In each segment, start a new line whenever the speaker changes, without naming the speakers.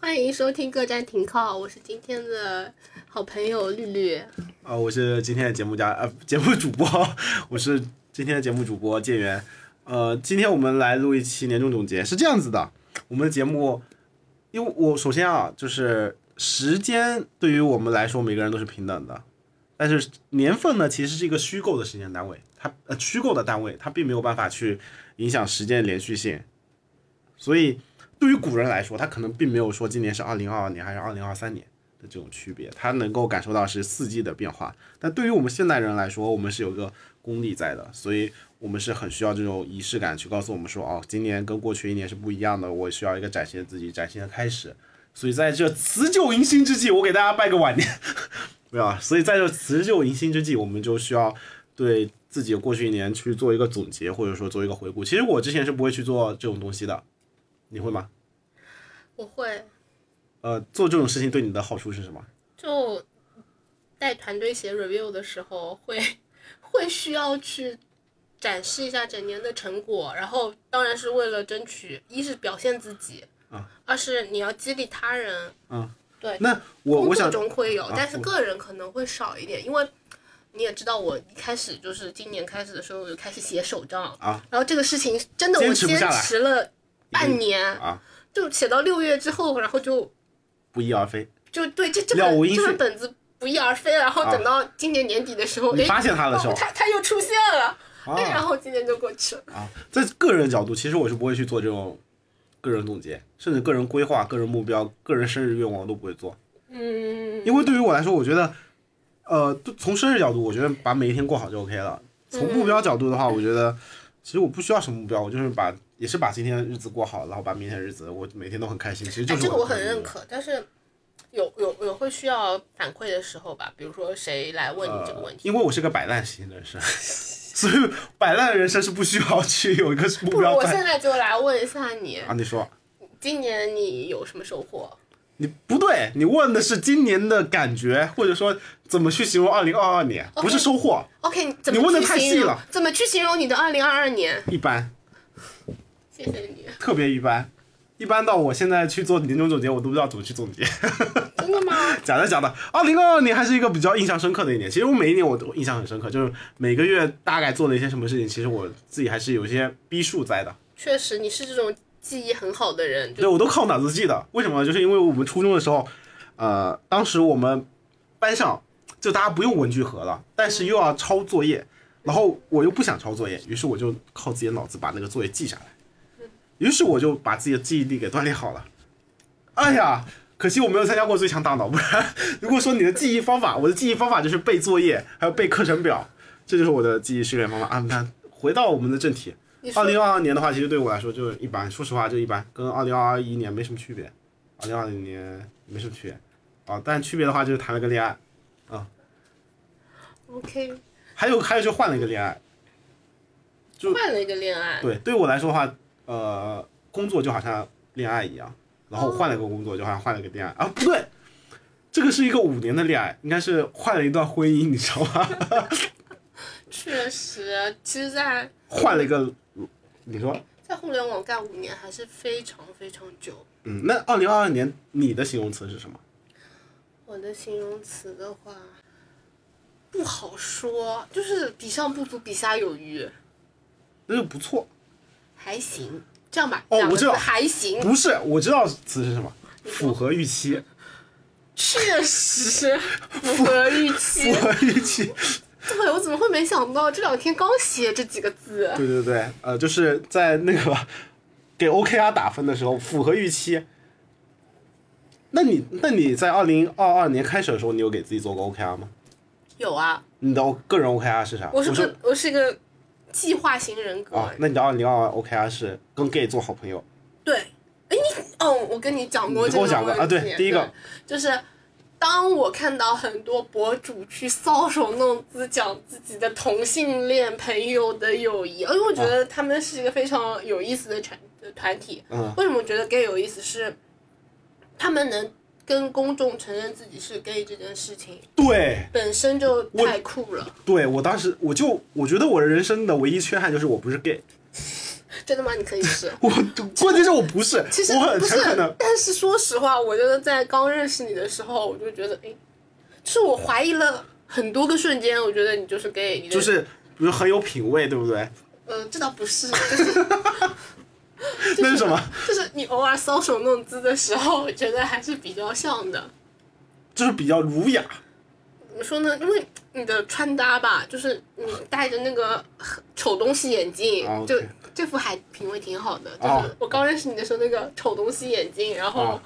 欢迎收听各站停靠，我是今天的好朋友绿绿。
啊，我是今天的节目家呃节目主播， 我是今天的节目主播建源。呃，今天我们来录一期年终总结，是这样子的，我们的节目，因为我首先啊，就是时间对于我们来说每个人都是平等的，但是年份呢其实是一个虚构的时间单位，它呃虚构的单位，它并没有办法去影响时间的连续性，所以对于古人来说，他可能并没有说今年是二零二二年还是二零二三年。的这种区别，他能够感受到是四季的变化。但对于我们现代人来说，我们是有个功力在的，所以我们是很需要这种仪式感去告诉我们说，哦，今年跟过去一年是不一样的，我需要一个崭新的自己，崭新的开始。所以在这辞旧迎新之际，我给大家拜个晚年， 没有啊。所以在这辞旧迎新之际，我们就需要对自己过去一年去做一个总结，或者说做一个回顾。其实我之前是不会去做这种东西的，你会吗？
我会
呃，做这种事情对你的好处是什么？
就带团队写 review 的时候会， 会需要去展示一下整年的成果，然后当然是为了争取，一是表现自己，
啊
二是你要激励他人。
那我我
工
想啊
作中会有，但是
我
个人可能会少一点，因为你也知道，我一开始就是今年开始的时候，我就开始写手账
啊，
然后这个事情真的我
坚持不
坚
下来
持了半年
啊，
就写到六月之后，然后就
不翼而飞。
就对这这
了无
本
音
这本
讯
本子不翼而飞，然后
啊
等到今年年底的时候，
你
诶，
发现他的时候
哦，它它又出现了，哎，然
啊
后今年就过去了。
啊，在个人角度，其实我是不会去做这种个人总结，甚至个人规划、个人目标、个人生日愿望我都不会做，
嗯，
因为对于我来说，我觉得，呃，对从生日角度，我觉得把每一天过好就 OK 了。从目标角度的
嗯
话，我觉得其实我不需要什么目标，我就是把也是把今天的日子过好，然后把明天的日子我每天都很开心。其实就
哎，
是
这个我
的
很
目
认
标。
可，但是有有有会需要反馈的时候吧，比如说谁来问你这个问题，
呃因为我是个摆烂型人 生，所以摆烂的人生是不需要去有一个目
不如
标
我
在
现在就来问一下你，
啊。你说，
今年你有什么收获？
你不对，你问的是今年的感觉，或者说怎么去形容二零二二年，不是收获
OK，你怎么
你问得
去
太
形
细
容
了
怎么去形容你的二零二二年？
一般，
谢谢你，
特别一般，一般到我现在去做年终总结，我都不知道怎么去总结。
真的吗？
假的假的，二零二二年还是一个比较印象深刻的一年。其实我每一年我都印象很深刻，就是每个月大概做了一些什么事情，其实我自己还是有一些逼数在的。
确实，你是这种记忆很好的人，
对
就
我都靠脑子记的。为什么呢？就是因为我们初中的时候，呃，当时我们班上就大家不用文具盒了，但是又要抄作业，然后我又不想抄作业，于是我就靠自己的脑子把那个作业记下来。于是我就把自己的记忆力给锻炼好了。哎呀，可惜我没有参加过最强大脑，不然 如果说你的记忆方法，我的记忆方法就是背作业，还有背课程表，这就是我的记忆训练方法啊。那回到我们的正题，
你说
二零二二年的话，其实对我来说就是一般，说实话就一般，跟二零二一年没什么区别，二零二零年没什么区别啊。但区别的话就是谈了个恋爱，
OK，
还有还有就换了一个恋爱。就
换了一个恋爱，
对，对我来说的话，呃，工作就好像恋爱一样，然后换了一个工作，就好像换了一个恋爱啊，不对，这个是一个五年的恋爱，应该是换了一段婚姻，你知道吗？
确实，其实在，在
换了一个，你说，
互联网干五年还是非常非常久。
嗯，那二零二二年你的形容词是什么？
我的形容词的话，不好说，就是比上不足，比下有余，
那就不错，
还行。这样吧，
哦
两个
我知道
字还行，
不是，我知道词是什么，符合预期，
确实符合预期
符。合预期，
对，我怎么会没想到？这两天刚写这几个字，
对对对，呃，就是在那个 给 OKR 打分的时候符合预期。那你那你在二零二二年开始的时候，你有给自己做过 OKR 吗？
有啊，
你的 O- 个人 OKR 是啥？
我是
我
个我是个计划型人格。
啊，那你的二零二二 OKR 是跟 gay 做好朋友，
对，哎你哦，我跟你讲过
你
这个
跟我讲过
问
啊对
题
第一个
就是。当我看到很多博主去搔首弄姿讲自己的同性恋朋友的友谊，因为
啊
我觉得他们是一个非常有意思的团团体。
嗯
为什么觉得 gay 有意思是，他们能跟公众承认自己是 gay 这件事情
对
本身就太酷了。
对，我当时我就我觉得我的人生的唯一缺憾就是我不是 gay，
真的吗？你可以试。
我关键是我不是，
其实
我很
不
诚恳
是
的，，
但是说实话，我觉得在刚认识你的时候，我就觉得，哎，就是我怀疑了很多个瞬间，我觉得你就是 gay，你的
就是比如很有品味，对不对？
呃，这倒不是，就是
那是什么？
就是你偶尔搔首弄姿的时候，我觉得还是比较像的。
就是比较儒雅，
怎么说呢？因为你的穿搭吧，就是你戴着那个丑东西眼镜
啊，，OK
就这副还品味挺好的。就
哦
是我刚认识你的时候，那个丑东西眼镜，然后
啊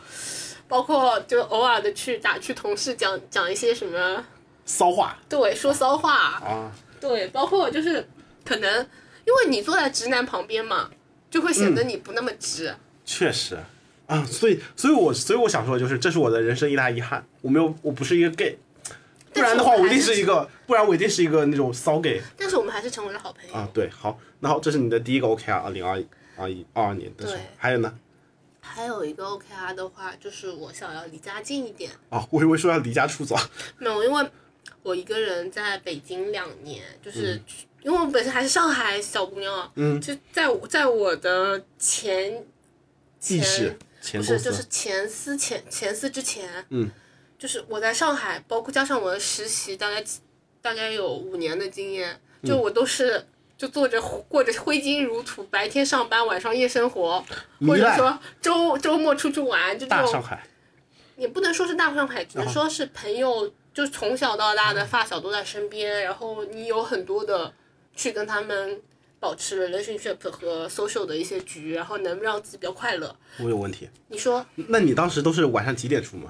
包括就偶尔的去打趣同事讲讲一些什么，
骚话
对，说骚话，
啊，
对，包括就是可能因为你坐在直男旁边嘛，就会显
嗯
得你不那么直。
确实啊，所以，所以我，所以我想说的就是，这是我的人生一大遗憾，我没有，我不是一个 gay，不然的话，
但是我
我一定是一个，不然我一定是一个那种骚 gay
但是我们还是成为了好朋友。
啊。对，好，那好，这是你的第一个 OKR，二零二一、二一、二二年的时候
对，
还有呢？
还有一个 OKR 的话，就是我想要离家近一点。
啊，我以为说要离家出走，啊
没有，因为我一个人在北京两年，就是、因为我本身还是上海小姑娘，啊
嗯
就在我在我的前
意识
前
前
不
公
是
司、
就是前司前前司之前，
嗯，
就是我在上海，包括加上我的实习，大概大概有五年的经验，
嗯
就我都是。就坐着过着挥金如土，白天上班，晚上夜生活，或者
赖
说周周末出去玩，就这
大
种
上海
也不能说是大上海，
啊
只能说是朋友，就是从小到大
嗯
的发小都在身边，然后你有很多的去跟他们保持 relationship 和 social 的一些局，然后能让自己比较快乐。
我有问题。
你说
那你当时都是晚上几点出门？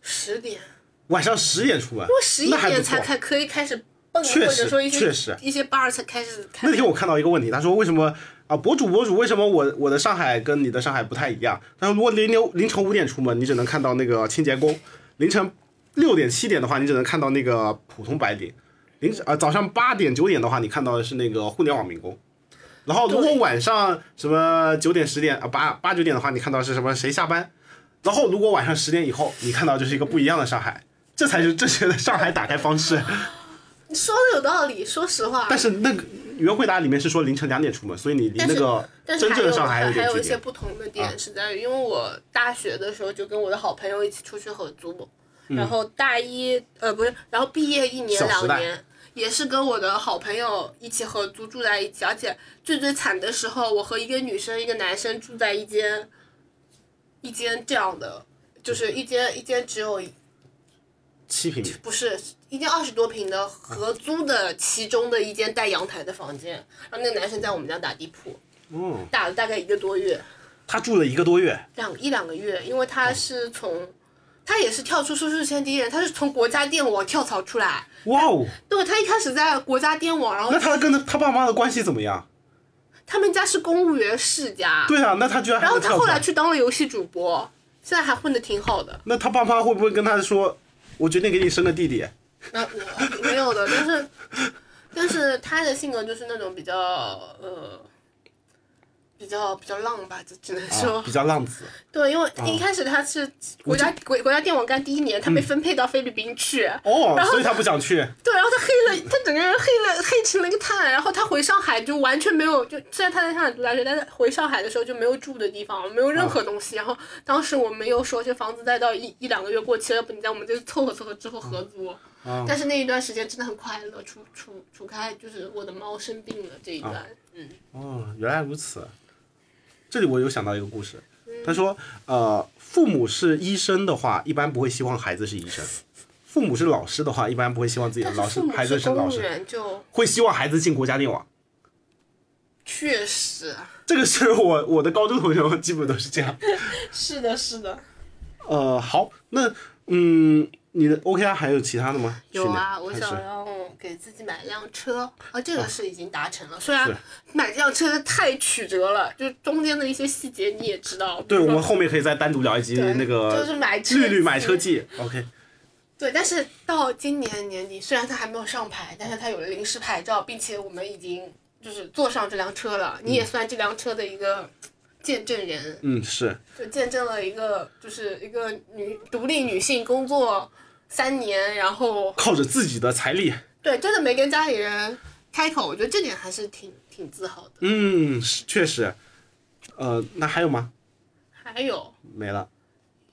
十点，
晚上十点出门，
过十一
那还不
点
错
才开可以开始蹦，
确
或
实
者说一
确实
些一些 bar 才开始开
那。天我看到一个问题，他说为什么啊博主博主为什么我我的上海跟你的上海不太一样？他说如果凌牛凌晨五点出门，你只能看到那个清洁工；凌晨六点七点的话，你只能看到那个普通白领；凌晨啊、早上八点九点的话，你看到的是那个互联网民工。然后如果
对
晚上什么九点十点啊八八九点的话，你看到是什么谁下班？然后如果晚上十点以后，你看到就是一个不一样的上海，这才是正确的上海打开方式。
你说的有道理，说实话。
但是那个原回答里面是说凌晨两点出门，所以你离那个
但
真
是还
正的
有
上海有
还
点啊
有
距
一些
离。
不同的点是在于，因为我大学的时候就跟我的好朋友一起出去合租，然后大一呃不是，然后毕业一年
嗯小时代
两年。也是跟我的好朋友一起合租住在一起，而且最最惨的时候，我和一个女生一个男生住在一间，一间这样的，就是一间一间只有
七平米，
不是一间二十多平
啊
的合租的其中的一间带阳台的房间，然后那个男生在我们家打地铺，
嗯，
打了大概一个多月，
他住了一个多月，
两一两个月，因为
哦
他是从，他也是跳出舒适圈第一人，他是从国家电网跳槽出来。
哇哦！
对，他一开始在国家电网，然后
那他跟他他爸妈的关系怎么样？
他们家是公务员世家，
对啊，那他居然还
然后
能
他
跳出
后来，去当了游戏主播，现在还混得挺好的。
那他爸妈会不会跟他说，我决定给你生个弟弟？
那我没有的，但是但是他的性格就是那种比较呃。比较比较浪吧，就只能说、
啊，比啊较浪子，
对，因为一开始他是国家、国国家电网干第一年，他被分配到菲律宾去，
嗯哦
然，后
所以他不想去。
对，然后他黑了，他整个人黑了，黑成了一个炭。然后他回上海就完全没有，就虽然他在上海读大学，但是回上海的时候就没有住的地方，没有任
嗯
何东西。然后当时我们又说，这房子再到一一两个月过期了，要不你在我们这凑合凑合之后合租。
啊
但是那一段时间真的很快乐，除除除开就是我的猫生病了这
啊
一段，嗯，
哦，原来如此。这里我有想到一个故事，
嗯
他说，呃，父母是医生的话，一般不会希望孩子是医生；父母是老师的话，一般不会希望自己的
但
老
是
师
父母
孩子
是
是老
公务
师。
员就
会希望孩子进国家电网。
确实
这个是我我的高中同学们基本都是这样。
是的，是的，
呃，好，那嗯，你的 OKR 还有其他的吗？
有啊，
去
我
年
想
还是
要给自己买辆车，啊，这个是已经达成了。虽然买这辆车太曲折了，就是中间的一些细节你也知道。
对，
比如
我
说
们后面可以再单独聊一集
对
那
就
个
是买车
绿绿买
子
车。记。OK，
对，但是到今年年底，虽然它还没有上牌，但是它有了临时牌照，并且我们已经就是坐上这辆车了，你也算这辆车的一个见证人，
嗯，是
就见证了一个就是一个女独立女性工作三年，然后
靠着自己的财力，
对，真的没跟家里人开口，我觉得这点还是挺挺自豪的。
嗯，是确实。呃，那还有吗？
还有，
没了。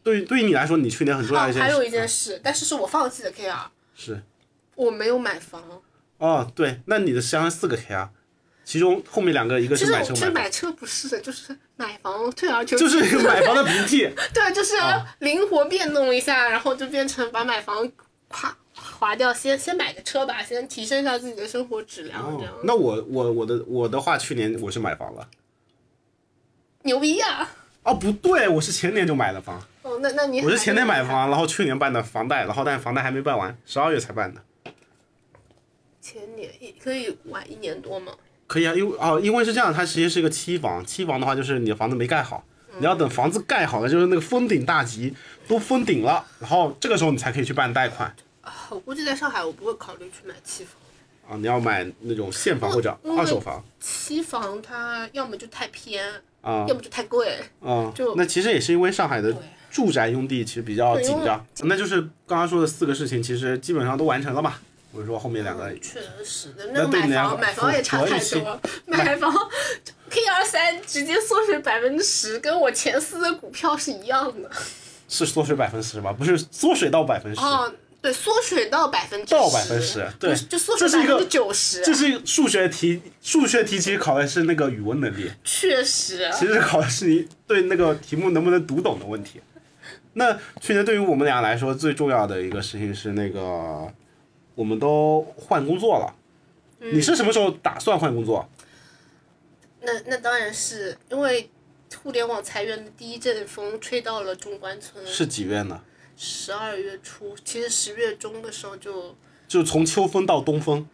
对于，对于你来说，你去年很重要
哦，
的一件
还
事、
有一件事，但是是我放弃的 KR，
是
我没有买房。
哦，对，那你的相当于四个 K 啊，其中后面两个一个
其
是
实
买
我
车
其实
买房，
买车不是，就是买房退而求 其
就是一啊个买房的鼻涕。
对，就是灵活变动一下，然后就变成把买房夸划掉，先先买个车吧，先提升一下自己的生活质量，这样
那我我我的我的话，去年我是买房了。
牛逼呀、啊！
哦，不对，我是前年就买了房，
哦，那那你
我是
还
前年买
厉害，
房，然后去年办的房贷，然后但房贷还没办完，十二月才办的。
前年一可以晚一年多嘛？
可以啊，因为哦，因为是这样，它其实是一个期房，期房的话就是你的房子没盖好，
嗯
你要等房子盖好了，就是那个封顶大吉都封顶了，然后这个时候你才可以去办贷款
啊，我估计在上海我不会考虑去买期房，
啊，你要买那种现房或者
嗯
二手房
期房它要么就太偏，
啊
要么就太贵。
啊
就，
那其实也是因为上海的住宅用地其实比较
对因
紧
为
张，那就是刚刚说的四个事情，其实基本上都完成了嘛。我说后面两个
确实，那
对
买
你来
房
说
买房也差
符合
太
预期
多了，买房 K 二三直接缩水百分之十，跟我前四的股票是一样的。
是缩水百分之十吧？不是缩水到百分之十，
哦，对，缩水到百分之
到10%对
不是就缩水
这是
百
一个
分之九十，
这是数学题，数学题其实考的是那个语文能力。
确实。
其实考的是你对那个题目能不能读懂的问题。那去年对于我们俩来说最重要的一个事情是那个，我们都换工作了。
嗯
你是什么时候打算换工作？
那那当然是因为互联网裁员的第一阵风吹到了中关村，
是几月呢？
十二月初，其实十月中的时候就，
就从秋风到东风。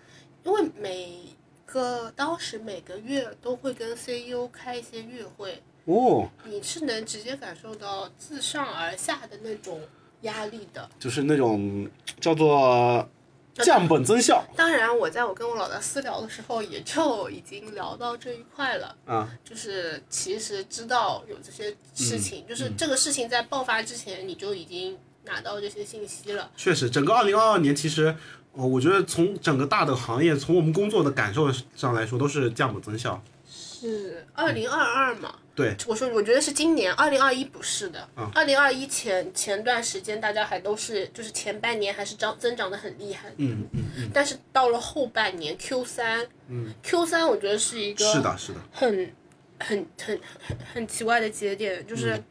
因为每个当时每个月都会跟 CEO 开一些月会，
哦，
你是能直接感受到自上而下的那种压力的。
就是那种叫做降本增效
当然，我在我跟我老大私聊的时候，也就已经聊到这一块了。
啊，
就是其实知道有这些事情，就是这个事情在爆发之前，你就已经拿到这些信息了。
确实，整个二零二二年其实。呃我觉得从整个大的行业，从我们工作的感受上来说，都是降本增效。
是二零二二嘛？
嗯对，嗯
我说我觉得是今年二零二一不是的，二零二一前前段时间大家还都是就是前半年还是涨增长的很厉害，
嗯嗯嗯，
但是到了后半年 Q 三，嗯，Q 三我觉得是一个
是的，是的，
很很很很很奇怪的节点，
嗯
就是、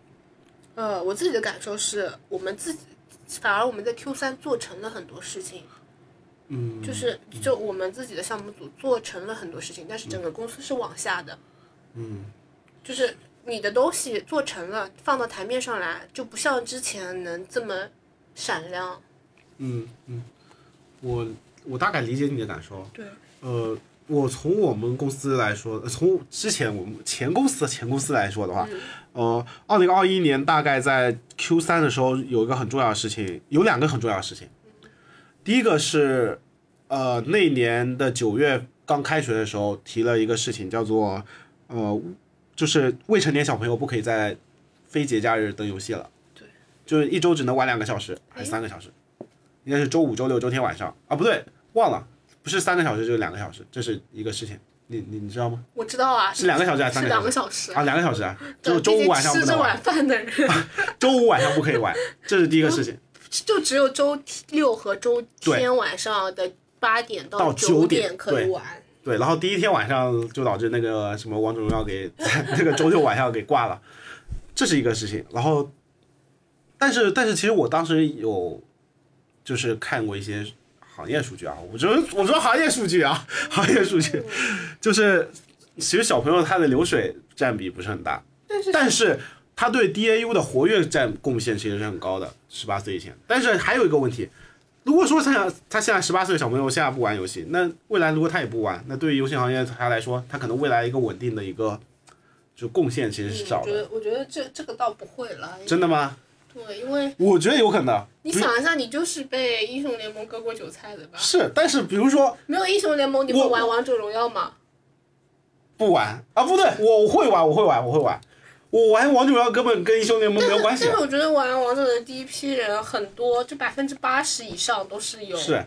呃，我自己的感受是我们自己。反而我们在 Q 三做成了很多事情，
嗯，
就是就我们自己的项目组做成了很多事情，但是整个公司是往下的，
嗯，
就是你的东西做成了，放到台面上来，就不像之前能这么闪亮。
嗯，嗯，我我大概理解你的感受。
对，
呃，我从我们公司来说，呃从之前我们前公司的前公司来说的话，
嗯
呃，二零二一年大概在 Q 三的时候，有一个很重要的事情，有两个很重要的事情。第一个是，呃，那年的九月刚开学的时候提了一个事情，叫做，呃，就是未成年小朋友不可以在非节假日登游戏了。
对，
就是一周只能玩两个小时还是三个小时，应该是周五、周六、周天晚上啊，不对，忘了，不是三个小时就是两个小时，这是一个事情，你你你知道吗？
我知道啊，
是两个小时还是三
是
个
两
小
个
时？
小时，
啊，两个小时啊，就
对
是周
毕
五
竟
晚上不
吃
能
着
玩
晚，饭的人，
周五晚上不可 以玩，这是第一个事情。
就只有周六和周
对
天晚上的八点
到
九
9
点
点
可以
对
玩。
对，然后第一天晚上就导致那个什么王者荣耀给 那个周六晚上给挂了，这是一个事情。然后，但是但是其实我当时有就是看过一些行业数据啊，我觉得我说行业数据啊，行业数据就是其实小朋友他的流水占比不是很大，但是他对 DAU 的活跃占贡献其实是很高的，十八岁以前。但是还有一个问题，如果说他想他现在十八岁的小朋友现在不玩游戏，那未来如果他也不玩，那对于游戏行业他来说，他可能未来一个稳定的一个就贡献其实是少
嗯我觉
的。
得，我觉得这这个倒不会了。
真的吗？
对，因为
我觉得有可能
你想一下，你就是被英雄联盟割过韭菜的吧？
是，但是比如说
没有英雄联盟，你会
我
玩王者荣耀吗？
不玩啊，不对，我我会玩，我会玩，我会玩。我玩王者荣耀根本跟英雄联盟没有关系
但是。我觉得玩王者的第一批人很多，就百分之八十以上都是有
是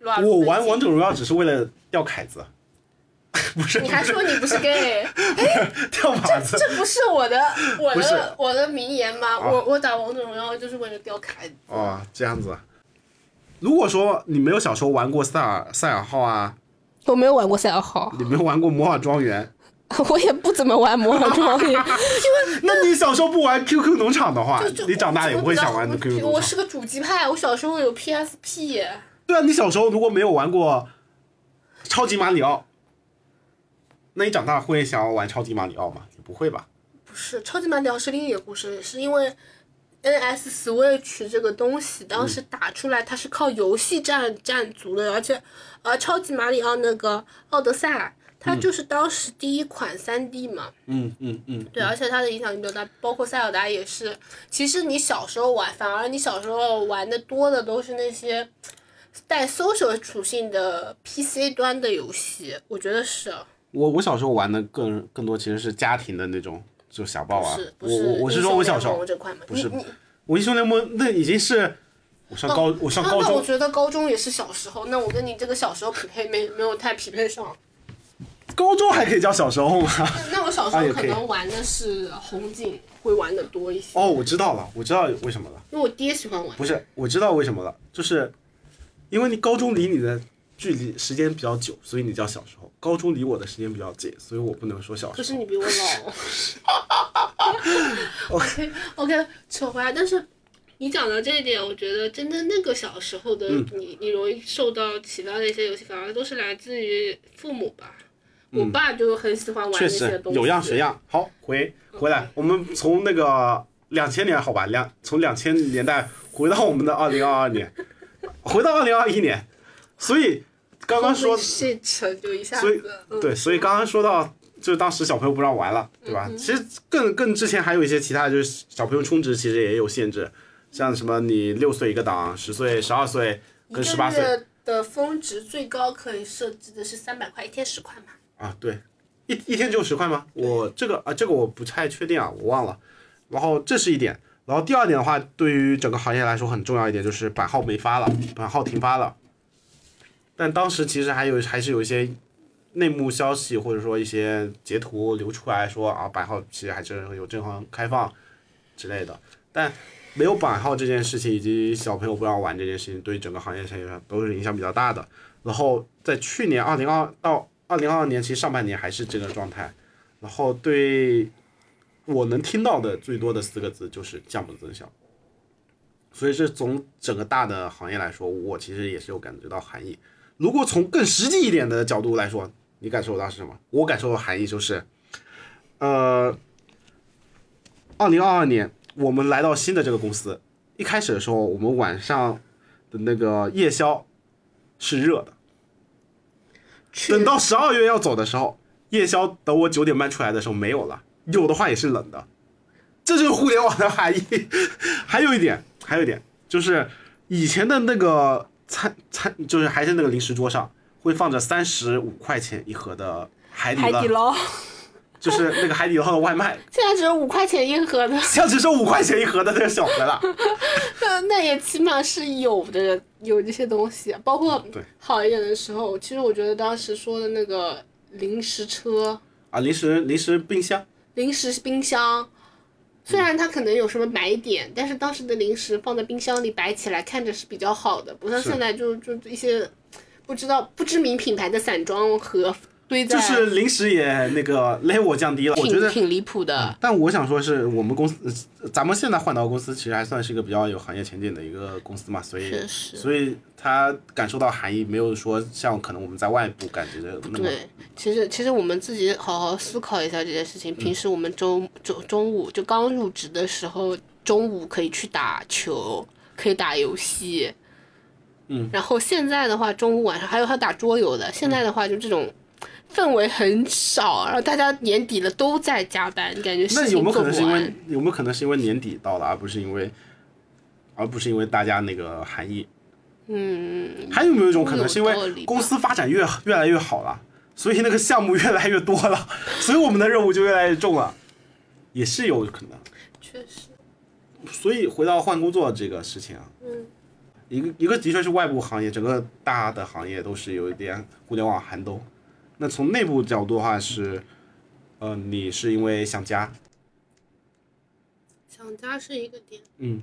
乱入
我
的
玩
经历
王者荣耀只是为了钓凯子， 不是，
你还说你不是 gay，
跳靶子，
这不是我的我
不是啊
的我的名言吗？我我打王者荣耀就是为了钓凯子。
哦，这样子啊。如果说你没有小时候玩过塞尔塞尔号啊，
我没有玩过赛尔号，
你没有玩过摩尔庄园，
我也不怎么玩魔法庄园。
啊那你小时候不玩 QQ 农场的话
就，
你长大也不会想玩
我
QQ 农
我
场。
是个主机派，我小时候有 PSP，
对啊，你小时候如果没有玩过超级马里奥，那你长大会想要玩超级马里奥吗？也不会吧？
不是超级马里奥是另一个故事，是因为 NS Switch 这个东西当
嗯
时打出来，它是靠游戏占占足的，而且呃，超级马里奥那个奥德赛。它就是当时第一款三 D 嘛，
嗯嗯嗯，
对，而且它的影响力比较大，包括塞尔达也是。其实你小时候玩，反而你小时候玩的多的都是那些带 social 属性的 PC 端的游戏，我觉得是。啊
我我小时候玩的更更多其实是家庭的那种，就小霸王
是。不
我
是
我我是
英
说
雄
我
联
小时候
盟，这款嘛，
不是
你你
我英雄联盟那已经是我上高哦我上
那
高
那我
中
觉得高中也是小时候，那我跟你这个小时候匹配没没有太匹配上。
高中还可以叫小时候吗？
那我小时
啊
候
也
可
可以
能玩的是红警，会玩的多一些。
哦，我知道了，我知道为什么了。
因为我爹喜欢玩。
不是，我知道为什么了，就是因为你高中离你的距离时间比较久，所以你叫小时候；高中离我的时间比较近，所以我不能说小时
可
候。
是你比我老。OK OK，扯回来，但是你讲的这一点，我觉得真的那个小时候的
嗯
你，你容易受到启发的一些游戏，反而都是来自于父母吧。我爸就很喜欢玩
嗯确
那些
实
东西，
有样学。样。好，回回来，我们从那个两千年好吧，两从两千年代回到我们的二零二二年，回到二零二一年，所以刚刚说
这扯就一下
所以
子，嗯
对，所以刚刚说到，就是当时小朋友不让玩了，对
嗯
吧？其实更更之前还有一些其他，就是小朋友充值其实也有限制，像什么你六岁一个档，十岁、十二岁跟十八
一
岁
个月的峰值最高可以设置的是三百块，一天十块嘛。
啊，对，一一天只有十块吗？我这个啊，这个我不太确定啊，我忘了。然后这是一点，然后第二点的话，对于整个行业来说很重要一点就是版号没发了，版号停发了。但当时其实还有还是有一些内幕消息或者说一些截图流出来说啊，版号其实还是有正常开放之类的，但。没有版号这件事情，以及小朋友不让玩这件事情，对于整个行业产业都是影响比较大的。然后在去年二零二到二零二二年，其实上半年还是这个状态。然后对我能听到的最多的四个字就是降本增效。所以这从整个大的行业来说，我其实也是有感觉到含义。如果从更实际一点的角度来说，你感受到是什么？我感受到含义就是，呃，二零二二年我们来到新的这个公司，一开始的时候，我们晚上的那个夜宵是热的，等到十二月要走的时候，夜宵等我九点半出来的时候没有了，有的话也是冷的，这就是互联网的含义。 还有一点，还有一点就是以前的那个餐餐，就是还是那个零食桌上会放着三十五块钱一盒的海底
海底
捞，
捞
就是那个海底捞的外卖，
现在只有五块钱一盒的，
像只剩五块钱一盒的那个小盒了。
那那也起码是有的，有这些东西，啊包括
嗯对
好一点的时候，其实我觉得当时说的那个零食车、
啊，零食零食冰箱，
零食冰箱。虽然它可能有什么买点，但是当时的零食放在冰箱里摆起来，看着是比较好的，不像
是
现在就就一些不知道不知名品牌的散装盒堆在，
就是零食也那个 level 降低了。我觉
挺
得
挺离谱的。
但我想说，是我们公司，呃咱们现在换到公司，其实还算是一个比较有行业前景的一个公司嘛，所以
确实
所以他感受到含义，没有说像可能我们在外部感觉的那么
对，其实其实我们自己好好思考一下这件事情。
嗯
平时我们周周中午就刚入职的时候，中午可以去打球，可以打游戏。
嗯。
然后现在的话，中午晚上还有还有打桌游的。现在的话，就这种氛围很少，然后大家年底了都在加班，感觉
那
事
有
情
没有
做
可能是
不
因
完
为。有没有可能是因为年底到了，而不是因为，而不是因为大家那个含义？嗯，还有没有一种可能是因
有道理
为
吧
公司发展越越来越好了，所以那个项目越来越多了，所以我们的任务就越来越重了，也是有可能。
确实，
所以回到换工作这个事情啊，
嗯，
一个一个的确是外部行业，整个大的行业都是有一点互联网寒冬。那从内部角度的话是，呃，你是因为想家，
想家是一个点，
嗯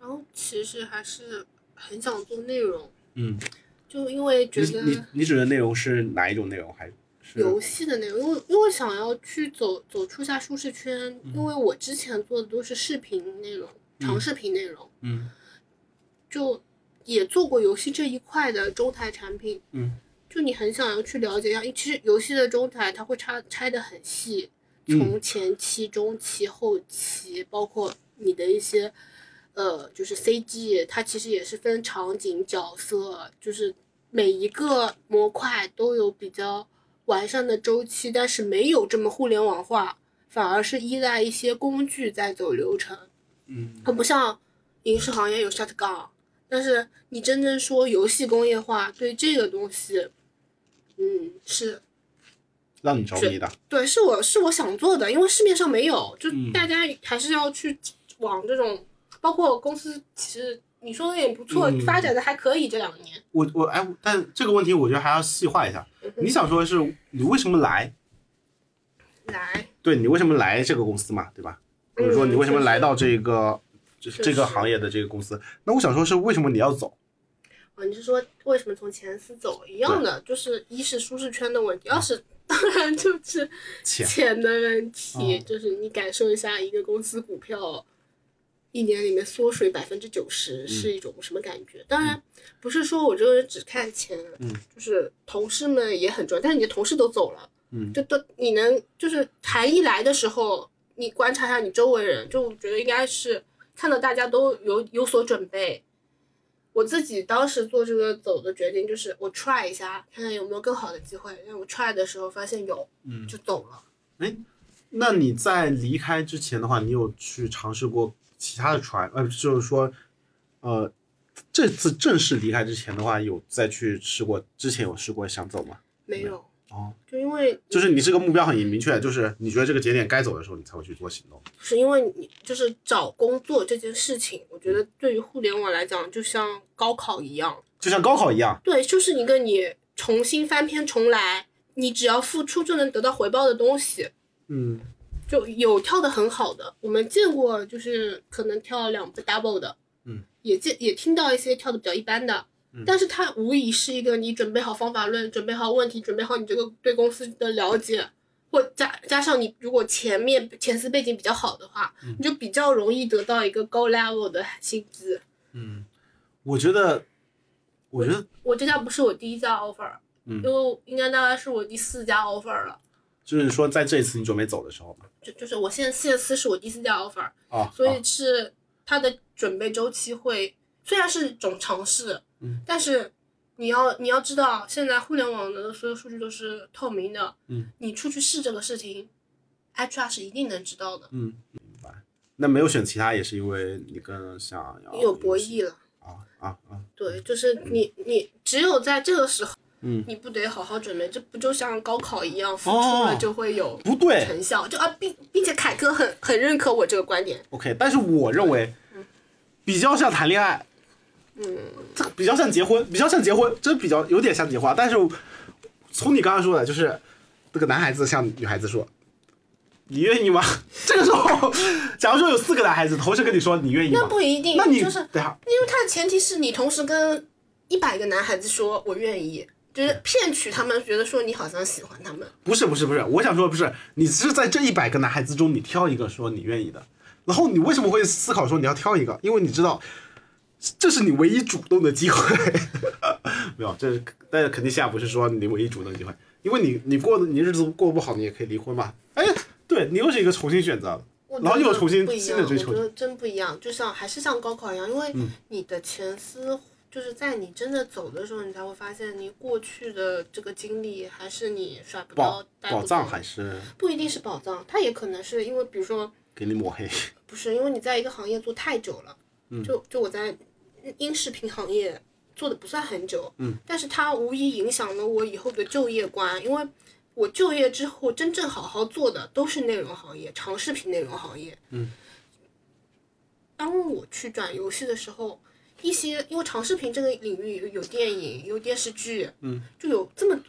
然后其实还是很想做内容，
嗯，
就因为觉
你你
得
你指的内容是哪一种内容？还是
游戏的内容，因为因为想要去走走出一下舒适圈，因为我之前做的都是视频内容、长视频内容，
嗯
就也做过游戏这一块的中台产品，
嗯，
就你很想要去了解一下，因为其实游戏的中台它会拆拆的很细，从前期、中期、后期，包括你的一些呃，就是 CG，它其实也是分场景、角色，就是每一个模块都有比较完善的周期，但是没有这么互联网化，反而是依赖一些工具在走流程。
嗯
它不像影视行业有 shotgun，但是你真正说游戏工业化，对这个东西，嗯，是
让你着迷的？
对，是我是我想做的，因为市面上没有，就
嗯
大家还是要去往这种，包括公司其实你说的也不错，
嗯
发展的还可以这两年。
我我哎，但这个问题我觉得还要细化一下。
嗯
你想说的是你为什么来？
来，嗯
对你为什么来这个公司嘛，对吧？或者说你为什么来到这个这
确
这个
实
行业的这个公司？那我想说是为什么你要走？
哦，你是说为什么从前司走一样的，就是一是舒适圈的问题，二是当然就是
钱
钱的问题，
哦
就是你感受一下一个公司股票一年里面缩水百分之九
嗯
十是一种什么感觉？当然不是说我这个人只看钱，啊
嗯，
就是同事们也很重要，但是你的同事都走了，
嗯
就都你能就是谈一来的时候，你观察一下你周围人，就我觉得应该是看到大家都有有所准备。我自己当时做这个走的决定，就是我 try 一下，看看有没有更好的机会。但我 try 的时候发现有，
嗯
就走了。
那你在离开之前的话，你有去尝试过其他的船？呃，就是说，呃，这次正式离开之前的话，有再去试过？之前有试过想走吗？
没有，
哦，
就因为
就是你这个目标很明确，就是你觉得这个节点该走的时候，你才会去做行动。
是因为你就是找工作这件事情，我觉得对于互联网来讲，就像高考一样，
就像高考一样，
对，就是一个你重新翻篇重来，你只要付出就能得到回报的东西。
嗯
就有跳的很好的，我们见过，就是可能跳两步 double 的，
嗯，
也见也听到一些跳的比较一般的，嗯但是它无疑是一个你准备好方法论，准备好问题，准备好你这个对公司的了解，或加加上你如果前面前司背景比较好的话，
嗯
你就比较容易得到一个高 level 的薪资。
嗯，我觉得，我觉得
我这家不是我第一家 offer，
嗯
因为应该大概是我第四家 offer 了，
就是说，在这一次你准备走的时候嘛，
就就是我现在现司是我第四家 offer，
啊，
所
啊
以是它的准备周期会虽然是一种尝试，
嗯
但是你要你要知道，现在互联网的所有数据都是透明的，
嗯，
你出去试这个事情，HR 是一定能知道的。
嗯，明白。那没有选其他，也是因为你更想要
有博弈了，
啊啊啊，
对，就是你你只有在这个时候，
嗯，
你不得好好准备，这不就像高考一样，付出
哦
了就会有
不对，
成效，就啊，并并且凯哥很很认可我这个观点，
OK，但是我认为比较像谈恋爱，嗯，这个比较像结婚，比较像结婚，真比较有点像结婚啊。但是从你刚刚说的，就是这个男孩子向女孩子说：“你愿意吗？”这个时候，假如说有四个男孩子同时跟你说“你愿意吗
那”，不一定，
那你啊
就是
等一下，
因为它的前提是你同时跟一百个男孩子说我愿意，
嗯
就是骗取他们觉得说你好像喜欢他们。
不是不是不是，我想说不是，你是在这一百个男孩子中，你挑一个说你愿意的，然后你为什么会思考说你要挑一个？因为你知道，这是你唯一主动的机会。 没有，这但是肯定下不是说你唯一主动的机会，因为你你过的你日子过不好，你也可以离婚嘛。哎，对你又是一个重新选择了，
我
然后
觉得
又重新
不一
新
样，
的
我
追
觉
求。嗯
得真不一样，就像还是像高考一样，因为你的前思就是在你真的走的时候，你才会发现你过去的这个经历还是你甩不
宝
到带不
宝藏
走
还是
不一定是宝藏，它也可能是因为比如说
给你抹黑，
不是，因为你在一个行业做太久了，就就我在音视频行业做的不算很久，嗯，但是它无疑影响了我以后的就业观，因为我就业之后真正好好做的都是内容行业、长视频内容行业，嗯，当我去转游戏的时候，一些因为长视频这个领域有有电影、有电视剧，
嗯，
就有这么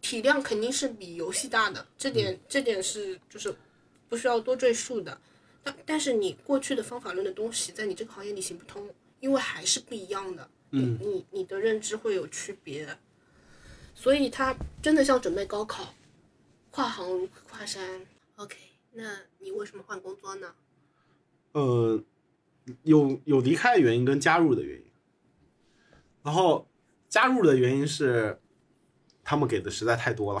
体量肯定是比游戏大的，这点、这点是就是不需要多赘述的。但但是你过去的方法论的东西，在你这个行业里行不通，因为还是不一样的，
嗯
你你的认知会有区别，所以它真的像准备高考，跨行如跨山。OK，那你为什么换工作呢？
呃，有有离开的原因跟加入的原因，然后加入的原因是他们给的实在太多了，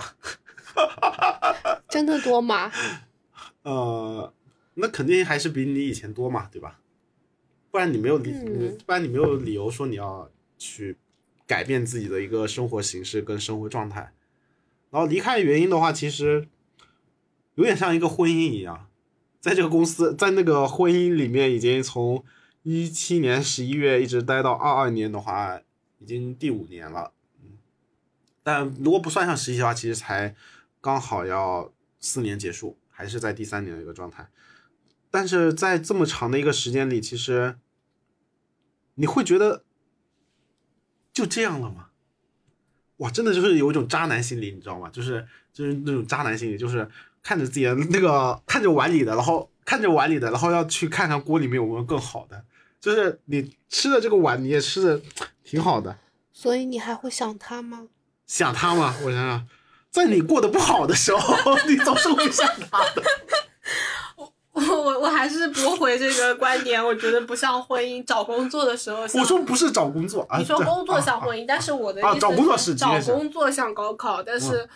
真的多吗？
呃，那肯定还是比你以前多嘛，对吧？不然你没有理，
嗯
不然你没有理由说你要去改变自己的一个生活形式跟生活状态。然后离开的原因的话，其实有点像一个婚姻一样，在这个公司，在那个婚姻里面，已经从一七年十一月一直待到二二年的话，已经第五年了。嗯，但如果不算上实习的话，其实才刚好要四年结束，还是在第三年的一个状态。但是在这么长的一个时间里，其实你会觉得就这样了吗？哇，真的就是有一种渣男心理，你知道吗？就是就是那种渣男心理，就是看着自己的那个看着碗里的，然后看着碗里的，然后要去看看锅里面有没有更好的。就是你吃的这个碗，你也吃的挺好的，
所以你还会想他吗？
想他吗？我想想，在你过得不好的时候， 你总是会想他的。
我我我还是驳回这个观点，我觉得不像婚姻，找工作的时候像
我说不是找工作啊，
你说
对
工作
啊
像
啊
婚姻，但是我的意
啊
思是
找工作是的
找
确是嗯
工作像高考，但是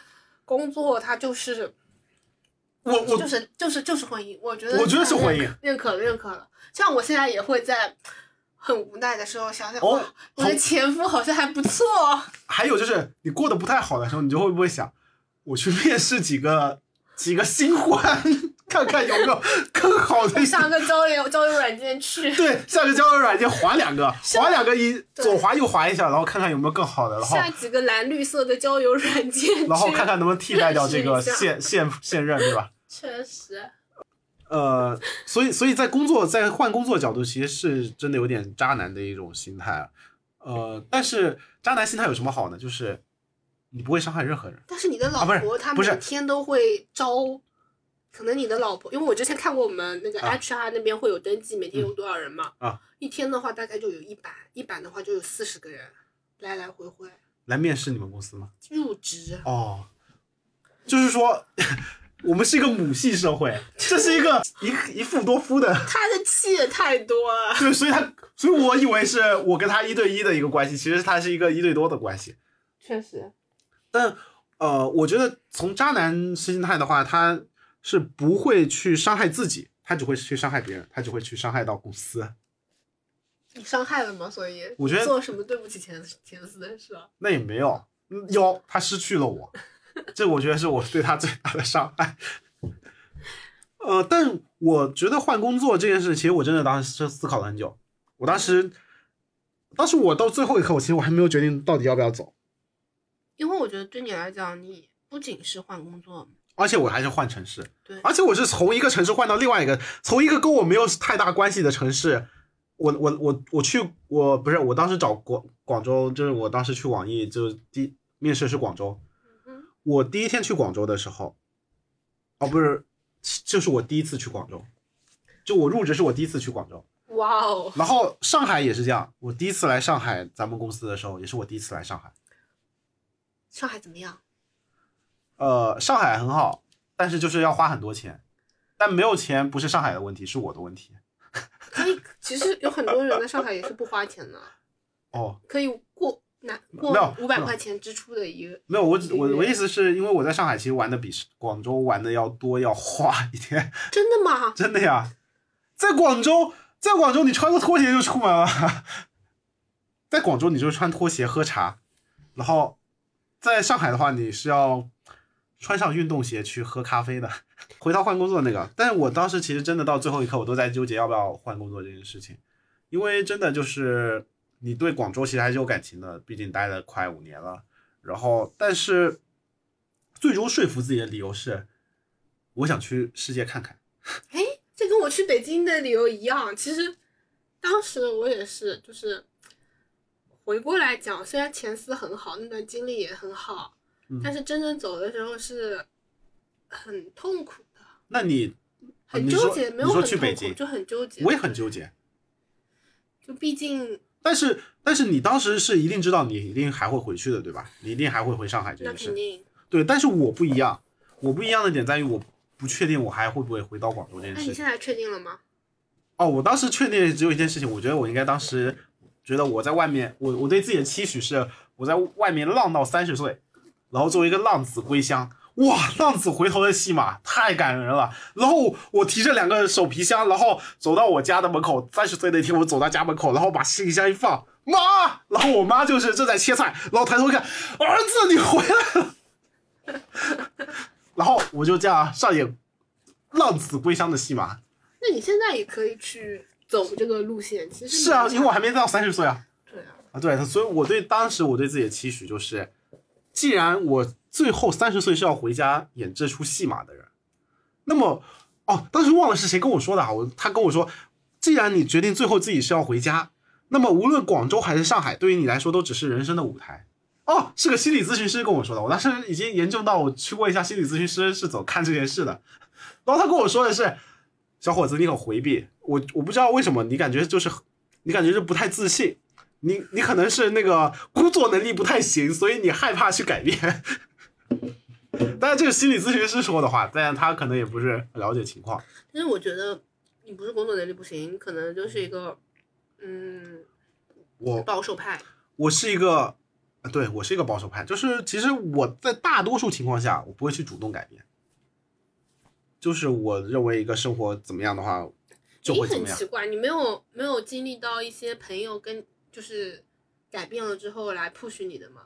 工作它就是
我我
就是就是就是婚姻，我觉得
我觉得是 婚姻
认可，认可了认可了。像我现在也会在很无奈的时候想想，
哦
哇，我的
好
前夫好像还不错，。
还有就是你过得不太好的时候，你就会不会想，我去面试几个几个新欢，看看有没有更好的
哦上个交友交友软件去。
对，下个交友软件划两个，划两个一左划右划一下，然后看看有没有更好的，然后
下几个蓝绿色的交友软件去，
然后看看能不能替代掉这个
认识一下
现现现任，对吧？
确实，
呃，所以所以在工作在换工作角度，其实是真的有点渣男的一种心态啊。呃，但是渣男心态有什么好呢？就是你不会伤害任何人。
但是你的老
啊不是
婆她
不是
每天都会招，可能你的老婆，因为我之前看过我们那个
啊
HR 那边会有登记，每天有多少人嘛？
啊，
一天的话大概就有一版，一版的话就有四十个人，来来回回
来面试你们公司吗？
入职。
哦，就是说，我们是一个母系社会，这是一个一一夫多夫的，
他的气也太多了，
对，所以他，所以我以为是我跟他一对一的一个关系，其实他是一个一对多的关系。
确实，
但呃，我觉得从渣男心态的话，他是不会去伤害自己，他只会去伤害别人，他只会去伤害到公司，
你伤害了吗？所以
我觉得
做什么对不起前前司的事啊？
那也没有，嗯有他失去了我， 这我觉得是我对他最大的伤害。呃，但我觉得换工作这件事，其实我真的当时思考了很久。我当时，当时我到最后一刻，我其实我还没有决定到底要不要走，
因为我觉得对你来讲，你不仅是换工作，
而且我还是换城市。
对
而且我是从一个城市换到另外一个，从一个跟我没有太大关系的城市，我我我我去，我不是我当时找广广州，就是我当时去网易，就是第面试是广州
嗯哼。
我第一天去广州的时候，哦不是，就是我第一次去广州，就我入职是我第一次去广州，
哇哦，
然后上海也是这样，我第一次来上海咱们公司的时候，也是我第一次来上海。
上海怎么样？
呃，上海很好，但是就是要花很多钱，但没有钱不是上海的问题，是我的问题。
可以，其实有很多人在上海也是不花钱的。
哦，
可以过拿
没有
过五
没
百
有
块钱支出的一个，
没有，我只我
对
我意思是因为我在上海其实玩的比广州玩的要多，要花一点，
真的吗？
真的呀。在广州，在广州你穿个拖鞋就出门了， 在广州你就穿拖鞋喝茶，然后在上海的话你是要穿上运动鞋去喝咖啡的。 回到换工作那个，但是我当时其实真的到最后一刻，我都在纠结要不要换工作这件事情，因为真的就是你对广州其实还是有感情的，毕竟待了快五年了。然后，但是最终说服自己的理由是，我想去世界看看。
哎，这跟我去北京的理由一样。其实当时我也是，就是回过来讲，虽然前司很好，那段经历也很好，
嗯
但是真正走的时候是很痛苦的，
那你呃
很
啊你
纠
说
结，没有
你说
很
去北
痛苦，
京，
就很纠结。
我也很纠结。
就毕竟
但是但是你当时是一定知道你一定还会回去的，对吧？你一定还会回上海这
那
件
肯
事。
定，
对，但是我不一样，我不一样的点在于我不确定我还会不会回到广州这件
那你
事情。
现在确定了吗？
哦，我当时确定只有一件事情，我觉得我应该当时觉得我在外面，我我对自己的期许是我在外面浪到三十岁，然后作为一个浪子归乡。哇，浪子回头的戏码太感人了。然后我提着两个手皮箱，然后走到我家的门口。三十岁那天，我走到家门口，然后把行李箱一放，妈，然后我妈就是正在切菜，然后抬头一看，儿子你回来了。 然后我就这样上演浪子归乡的戏码。
那你现在也可以去走这个路线，其实
是啊，
你
因为我还没到三十岁啊。
对啊，
啊，对，所以我对当时我对自己的期许就是，既然我最后三十岁是要回家演这出戏码的人，那么哦，当时忘了是谁跟我说的啊，我他跟我说，既然你决定最后自己是要回家，那么无论广州还是上海，对于你来说都只是人生的舞台。哦，是个心理咨询师跟我说的，我当时已经研究到我去过一下心理咨询师是怎么看这件事的，然后他跟我说的是，小伙子你很回避，我我不知道为什么你感觉就是你感觉是不太自信，你你可能是那个工作能力不太行，所以你害怕去改变。当然，这是心理咨询师说的话，当然他可能也不是了解情况。
但是我觉得你不是工作能力不行，你可能就是一个嗯
我
保守派，
我是一个，呃对我是一个保守派，就是其实我在大多数情况下，我不会去主动改变。就是我认为一个生活怎么样的话，就
你
会怎
很
么样
奇。怪，你没有没有经历到一些朋友跟就是改变了之后来 push 你的吗？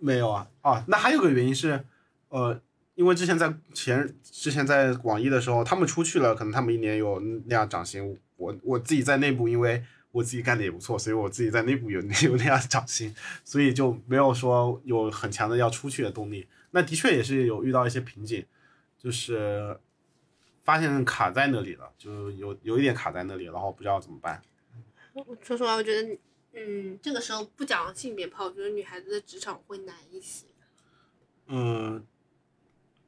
没有啊啊，那还有个原因是，呃，因为之前在前之前在网易的时候，他们出去了，可能他们一年有那样涨薪，我我自己在内部，因为我自己干的也不错，所以我自己在内部有有那样涨薪， 所以就没有说有很强的要出去的动力。那的确也是有遇到一些瓶颈，就是发现卡在那里了，就有有一点卡在那里，然后不知道怎么办。
我说实话，我觉得
嗯，这个时候不讲性别炮，我觉得女孩子的职场会难一些。
嗯，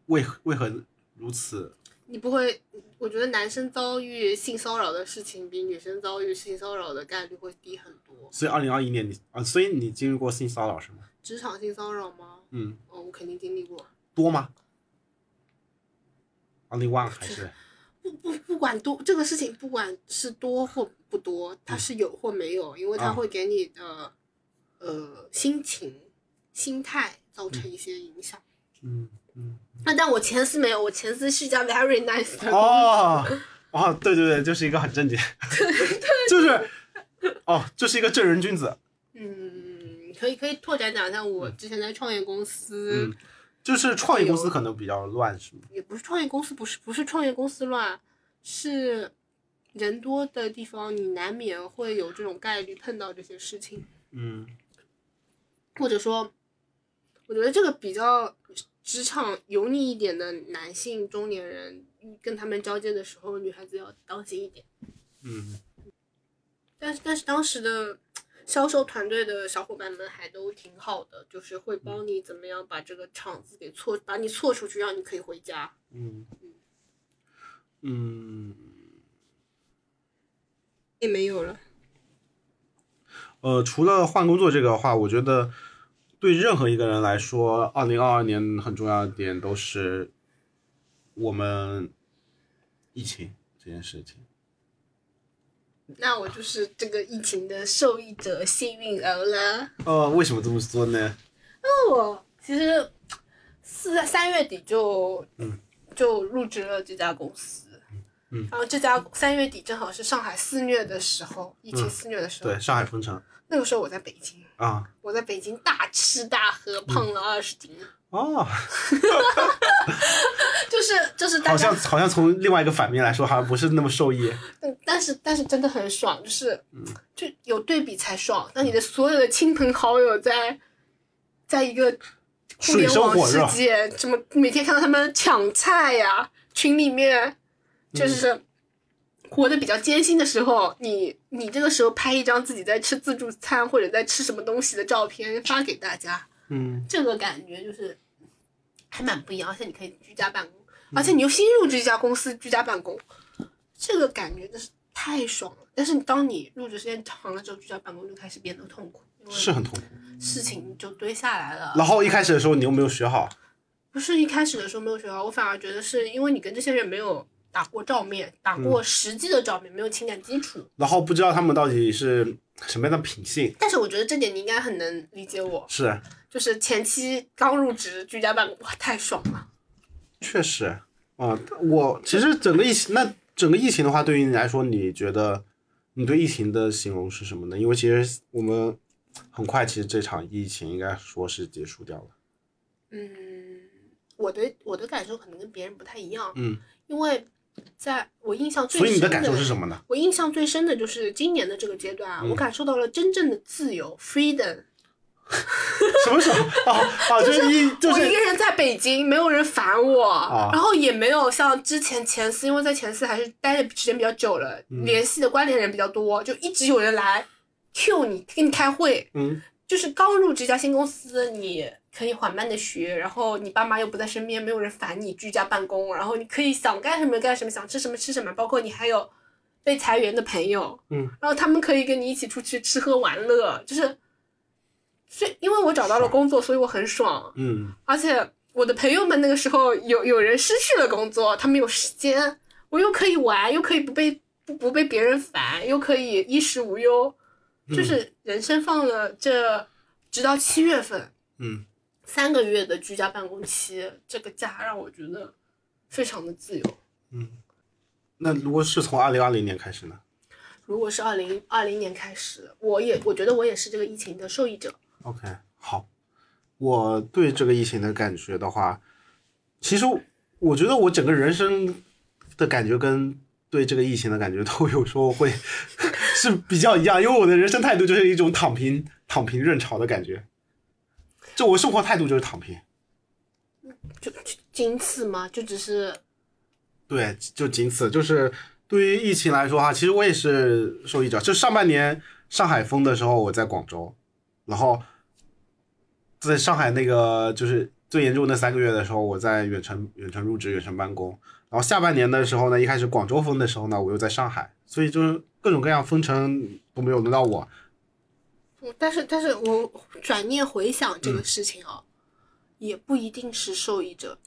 为何为何如此？
你不会，我觉得男生遭遇性骚扰的事情比女生遭遇性骚扰的概率会低很多。
所以二零二一年你啊，所以你经历过性骚扰是吗？
职场性骚扰吗？
嗯，
哦，我肯定经历过。
多吗？啊，另外还是
不不不管多这个事情，不管是多或不多，它是有或没有，因为它
嗯啊
会给你的、呃心情、心态造成一些影响。
嗯嗯
那、但我前司没有，我前司是一家 very nice 的公司
哦哦，对对对，就是一个很正经，就是哦，就是一个正人君子，
嗯，可以可以拓展讲一下，我之前在创业公司，
嗯就是创业公司可能比较乱是吗？
也不是创业公司，不是不是创业公司乱，是人多的地方，你难免会有这种概率碰到这些事情，
嗯
或者说，我觉得这个比较职场油腻一点的男性中年人，跟他们交接的时候，女孩子要当心一点。
嗯
但是但是当时的销售团队的小伙伴们还都挺好的，就是会帮你怎么样把这个场子给错，把你错出去，让你可以回家。
嗯嗯，
也没有了，
呃，除了换工作这个的话，我觉得对任何一个人来说，二零二二年很重要的点都是我们疫情这件事情。
那我就是这个疫情的受益者、幸运儿了。
呃，为什么这么说呢？
我其实四三月底就
嗯
就入职了这家公司。
嗯
然后这家三月底正好是上海肆虐的时候，疫情
嗯
肆虐的时候。
对，上海封城
那个时候我在北京，
啊，
我在北京大吃大
嗯
喝，胖了二十斤。
哦，
就是就是大
好
家
像，好像从另外一个反面来说，好像不是那么受益。
嗯但是但是真的很爽，就是
嗯
就有对比才爽。当你的所有的亲朋好友在在一个互
水
联
深
网
火
世
热
界，怎
嗯
么每天看到他们抢菜呀、群里面就是活得比较艰辛的时候，你你这个时候拍一张自己在吃自助餐或者在吃什么东西的照片发给大家，
嗯，
这个感觉就是还蛮不一样，而且你可以居家办公，而且你又新入职一家公司居家办公，这个感觉真是太爽了。但是当你入职时间长了之后，居家办公就开始变得痛苦，因为
是很痛苦。
事情就堆下来了。
然后一开始的时候你又没有学好，
不是一开始的时候没有学好，我反而觉得是因为你跟这些人没有打过照面，打过实际的照面，没有情感基础。
然后不知道他们到底是什么样的品性。
但是我觉得这点你应该很能理解我，
是，
就是前期刚入职居家办公，哇，太爽了。
确实啊、我其实整个疫情，那整个疫情的话，对于你来说，你觉得你对疫情的形容是什么呢？因为其实我们很快，其实这场疫情应该说是结束掉了。
嗯，我对我的感受可能跟别人不太一样，
嗯，
因为在我印象最
所以你
深
的感受是什么呢？
我印象最深的就是今年的这个阶段啊，
嗯
我感受到了真正的自由 （freedom）。
什么时候？ 哦哦，就是一就
我
是啊
一个人在北京，没有人烦我，然后也没有像之前前四，因为在前四还是待的时间比较久了，
嗯
联系的关联人比较多，就一直有人来 Q 你，跟你开会。
嗯
就是刚入职一家新公司，你可以缓慢的学，然后你爸妈又不在身边，没有人烦你，居家办公，然后你可以想干什么干什么，想吃什么吃什么，包括你还有被裁员的朋友，
嗯，
然后他们可以跟你一起出去吃喝玩乐，就是，所以因为我找到了工作，所以我很爽，
嗯，
而且我的朋友们那个时候有有人失去了工作，他们有时间，我又可以玩，又可以不被不不被别人烦，又可以衣食无忧，就是人生放了这直到七月份，
嗯，
三个月的居家办公期，这个假让我觉得非常的自由。
那如果是从二零二零年开始呢
如果是二零二零年开始，我也我觉得我也是这个疫情的受益者。
？OK，好，我对这个疫情的感觉的话，其实我觉得我整个人生的感觉跟对这个疫情的感觉都有时候会 是比较一样，因为我的人生态度就是一种躺平、躺平认潮的感觉，就我生活态度就是躺平。
就就仅此吗？就只是
对，就仅此。就是对于疫情来说哈，其实我也是受益者。就上半年上海封的时候，我在广州，然后在上海那个就是最严重的三个月的时候，我在远程远程入职、远程办公。然后下半年的时候呢，一开始广州封的时候呢，我又在上海，所以就是各种各样封城都没有轮到我。
嗯但是，但是我转念回想
嗯
这个事情啊、也不一定是受益者。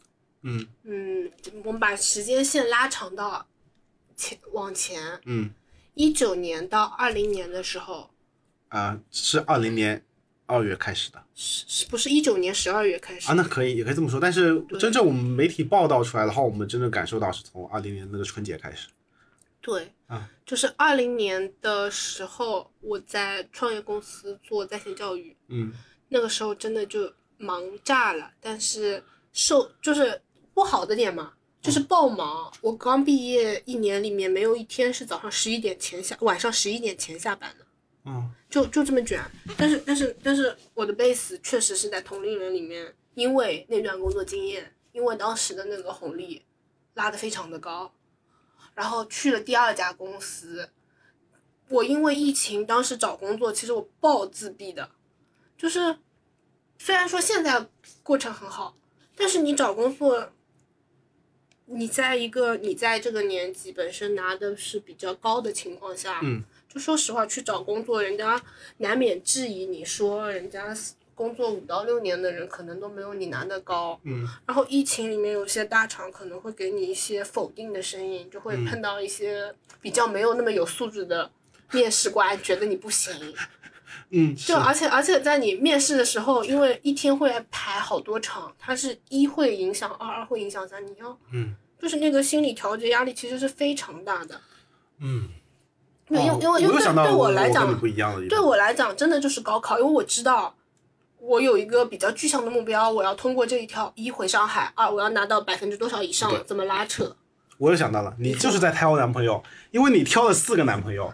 嗯
嗯，我们把时间线拉长到前往前，
嗯
一九年到二零年的时候，
啊、是二零年二月开始的
是是不是一九年十二月开始？
啊，那可以也可以这么说。但是真正我们媒体报道出来的话，我们真正感受到是从二零年那个春节开始。
对，
啊
就是二零年的时候，我在创业公司做在线教育，
嗯
那个时候真的就忙炸了，但是受就是不好的点嘛，就是爆忙。我刚毕业一年里面，没有一天是早上十一点前下，晚上十一点前下班的，
嗯
就就这么卷。啊但是但是但是我的 base 确实是在同龄人里面，因为那段工作经验，因为当时的那个红利拉得非常的高，然后去了第二家公司。我因为疫情当时找工作，其实我爆自闭的，就是虽然说现在过程很好，但是你找工作，你在一个你在这个年纪本身拿的是比较高的情况下，
嗯，
就说实话去找工作，人家难免质疑你说人家工作五到六年的人可能都没有你拿的高，
嗯
然后疫情里面有些大厂可能会给你一些否定的声音，就会
嗯
碰到一些比较没有那么有素质的面试官，觉得你不行。
嗯，是
就啊而且而且在你面试的时候，因为一天会排好多场，它是一会影响二，二会影响三，你要
嗯
就是那个心理调节压力其实是非常大的。
嗯，
因为因为
哦
因
我
为
又
对
想到
对
我
来
跟你
讲
不，一样的地
对
方，
我来讲真的就是高考，因为我知道我有一个比较具象的目标，我要通过这一条一回上海，二我要拿到百分之多少以
对
上，怎么拉扯？
我又想到了，你就是在挑男朋友，因为你挑了四个男朋友，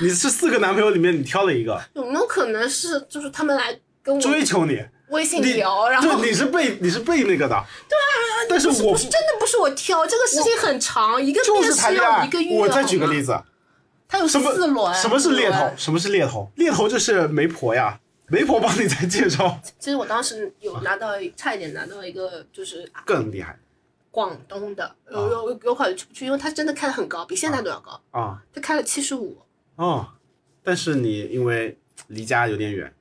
你是四个男朋友里面你挑了一个
有没有可能是就是他们来跟我
追求你，
微信
你
聊，然后
对你是被你是被那个的，对啊，但是我
不是真的不是我挑，这个事情很长，一个
就
面
是
试
谈恋
要
爱
一个。月。
我再举个
好吗
例，子，
它有
什么
四轮，
什么是猎头
对？？
什么是猎头？猎头就是媒婆呀，媒婆帮你在介绍，
其实我当时有拿到，差一点拿到一个就是
更厉害
广东的，有有有有考虑出不去，因为他真的开的很高，比现在都要高，
啊
他开了七十五。
哦。但是你因为离家有点远，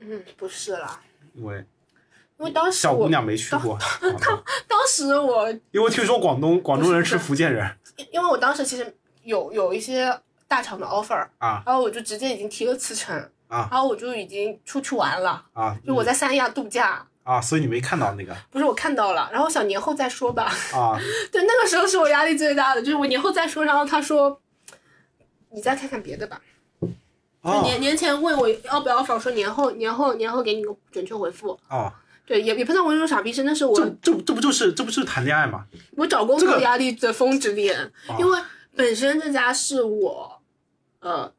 嗯，不是啦，
因为
因为当时
小
我
姑娘没去过，广 东
当时我
因为听说广东广东人吃福建人
因为我当时其实有有一些大厂的 offer，
啊
然后我就直接已经提了辞呈，
啊
然后我就已经出去玩了，
啊
就我在三亚度假，
啊，所以你没看到那个
不是我看到了，然后我想年后再说吧。
啊
对，那个时候是我压力最大的，就是我年后再说，然后他说。你再看看别的吧。就
哦
年年前问我要不要 offer，我说年后年后年后给你个准确回复。
哦，
对，也也不算我那种傻逼，真的是我
这这这不就是这不就是谈恋爱吗？
我找工
这
作
个啊
压力的峰值点，因为本身这家是我，呃，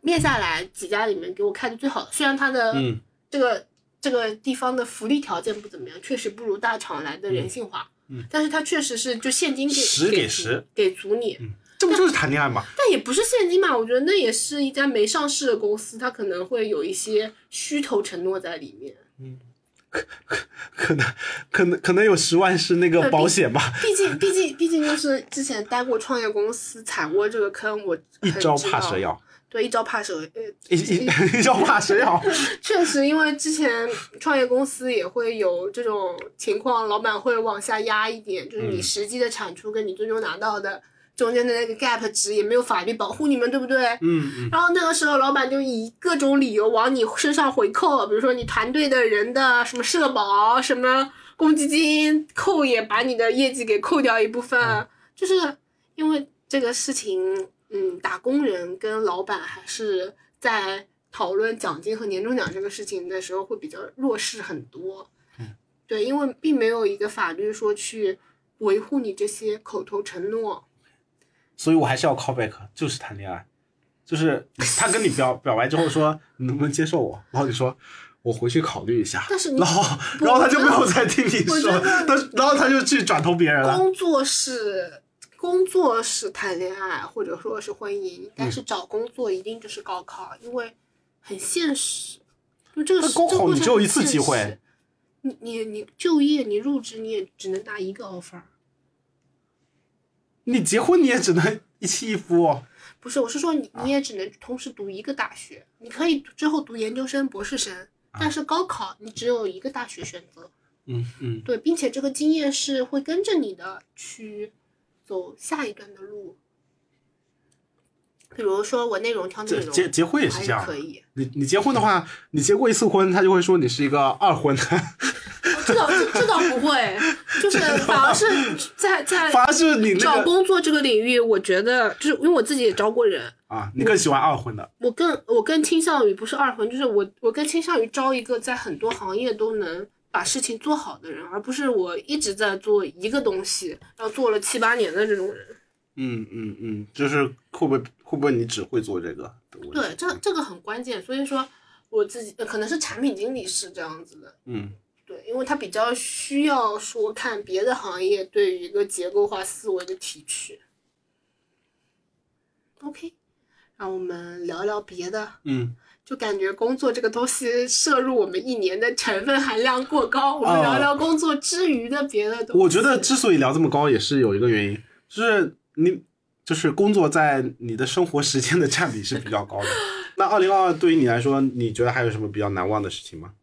面下来几家里面给我开的最好的，虽然它的
嗯
这个、这个地方的福利条件不怎么样，确实不如大厂来的人性化，
嗯嗯
但是它确实是就现金给
十
给
给
足
十
给足你，
嗯，这不就是谈恋爱吗？
但也不是现金嘛，我觉得那也是一家没上市的公司，它可能会有一些虚头承诺在里面。
可能可能可能有十万是那
呃
个保险吧，
毕竟，毕竟，毕竟就是之前待过创业公司，踩过这个坑，我
一
很
招
知
怕
道
蛇咬，
对，一招怕蛇。呃，
一一 一招怕 蛇咬，
确实，因为之前创业公司也会有这种情况，老板会往下压一点，就是你
嗯
实际的产出跟你最终拿到的中间的那个 gap 值也没有法律保护你们，对不对？
嗯嗯
然后那个时候，老板就以各种理由往你身上回扣，比如说你团队的人的什么社保、什么公积金扣，也把你的业绩给扣掉一部分，就是因为这个事情，嗯，打工人跟老板还是在讨论奖金和年终奖这个事情的时候会比较弱势很多。
嗯
对，因为并没有一个法律说去维护你这些口头承诺。
所以我还是要 call back，就是谈恋爱，就是他跟你表表白之后说你能不能接受我，然后你说我回去考虑一下，
但是你
然后
不
然后他就
我
没
觉得
有再听你
我觉
说
得，
但然后他就去转投别人了，
工作是工作是谈恋爱，或者说是婚姻，
嗯
但是找工作一定就是高考，因为很现实。就这个
那
是
高
这个
考
过
你
程
只有
很
一次
现
机会
实。你你你就业，你入职你也只能拿一个 offer。
你结婚你也只能一妻一夫哦，
不是，我是说你
啊
你也只能同时读一个大学，你可以之后读研究生、博士生，
啊
但是高考你只有一个大学选择。
嗯嗯
对，并且这个经验是会跟着你的去走下一段的路。比如说我内容挑内
这
容，
结结婚也是
还
这样的
可以。
你你结婚的话，你结过一次婚，他就会说你是一个二 婚男。
哦这倒这这倒不会，就是反而是在在
反而是你那
找
个
工作这个领域，我觉得就是因为我自己也招过人，
啊，你更喜欢二婚的
我更我更倾向于不是二婚，就是我我更倾向于招一个在很多行业都能把事情做好的人，而不是我一直在做一个东西，然后做了七八年的这种人。
嗯嗯嗯，就是会不会会不会你只会做这个的问题？
对，这这个很关键，所以说我自己呃可能是产品经理是这样子的，
嗯
对，因为他比较需要说看别的行业对于一个结构化思维的提取。OK，让我们聊聊别的，
嗯，
就感觉工作这个东西摄入我们一年的成分含量过高，我们
哦
聊聊工作之余的别的东西。
我觉得之所以聊这么高，也是有一个原因，就是你就是工作在你的生活时间的占比是比较高的。那二零二二对于你来说，你觉得还有什么比较难忘的事情吗？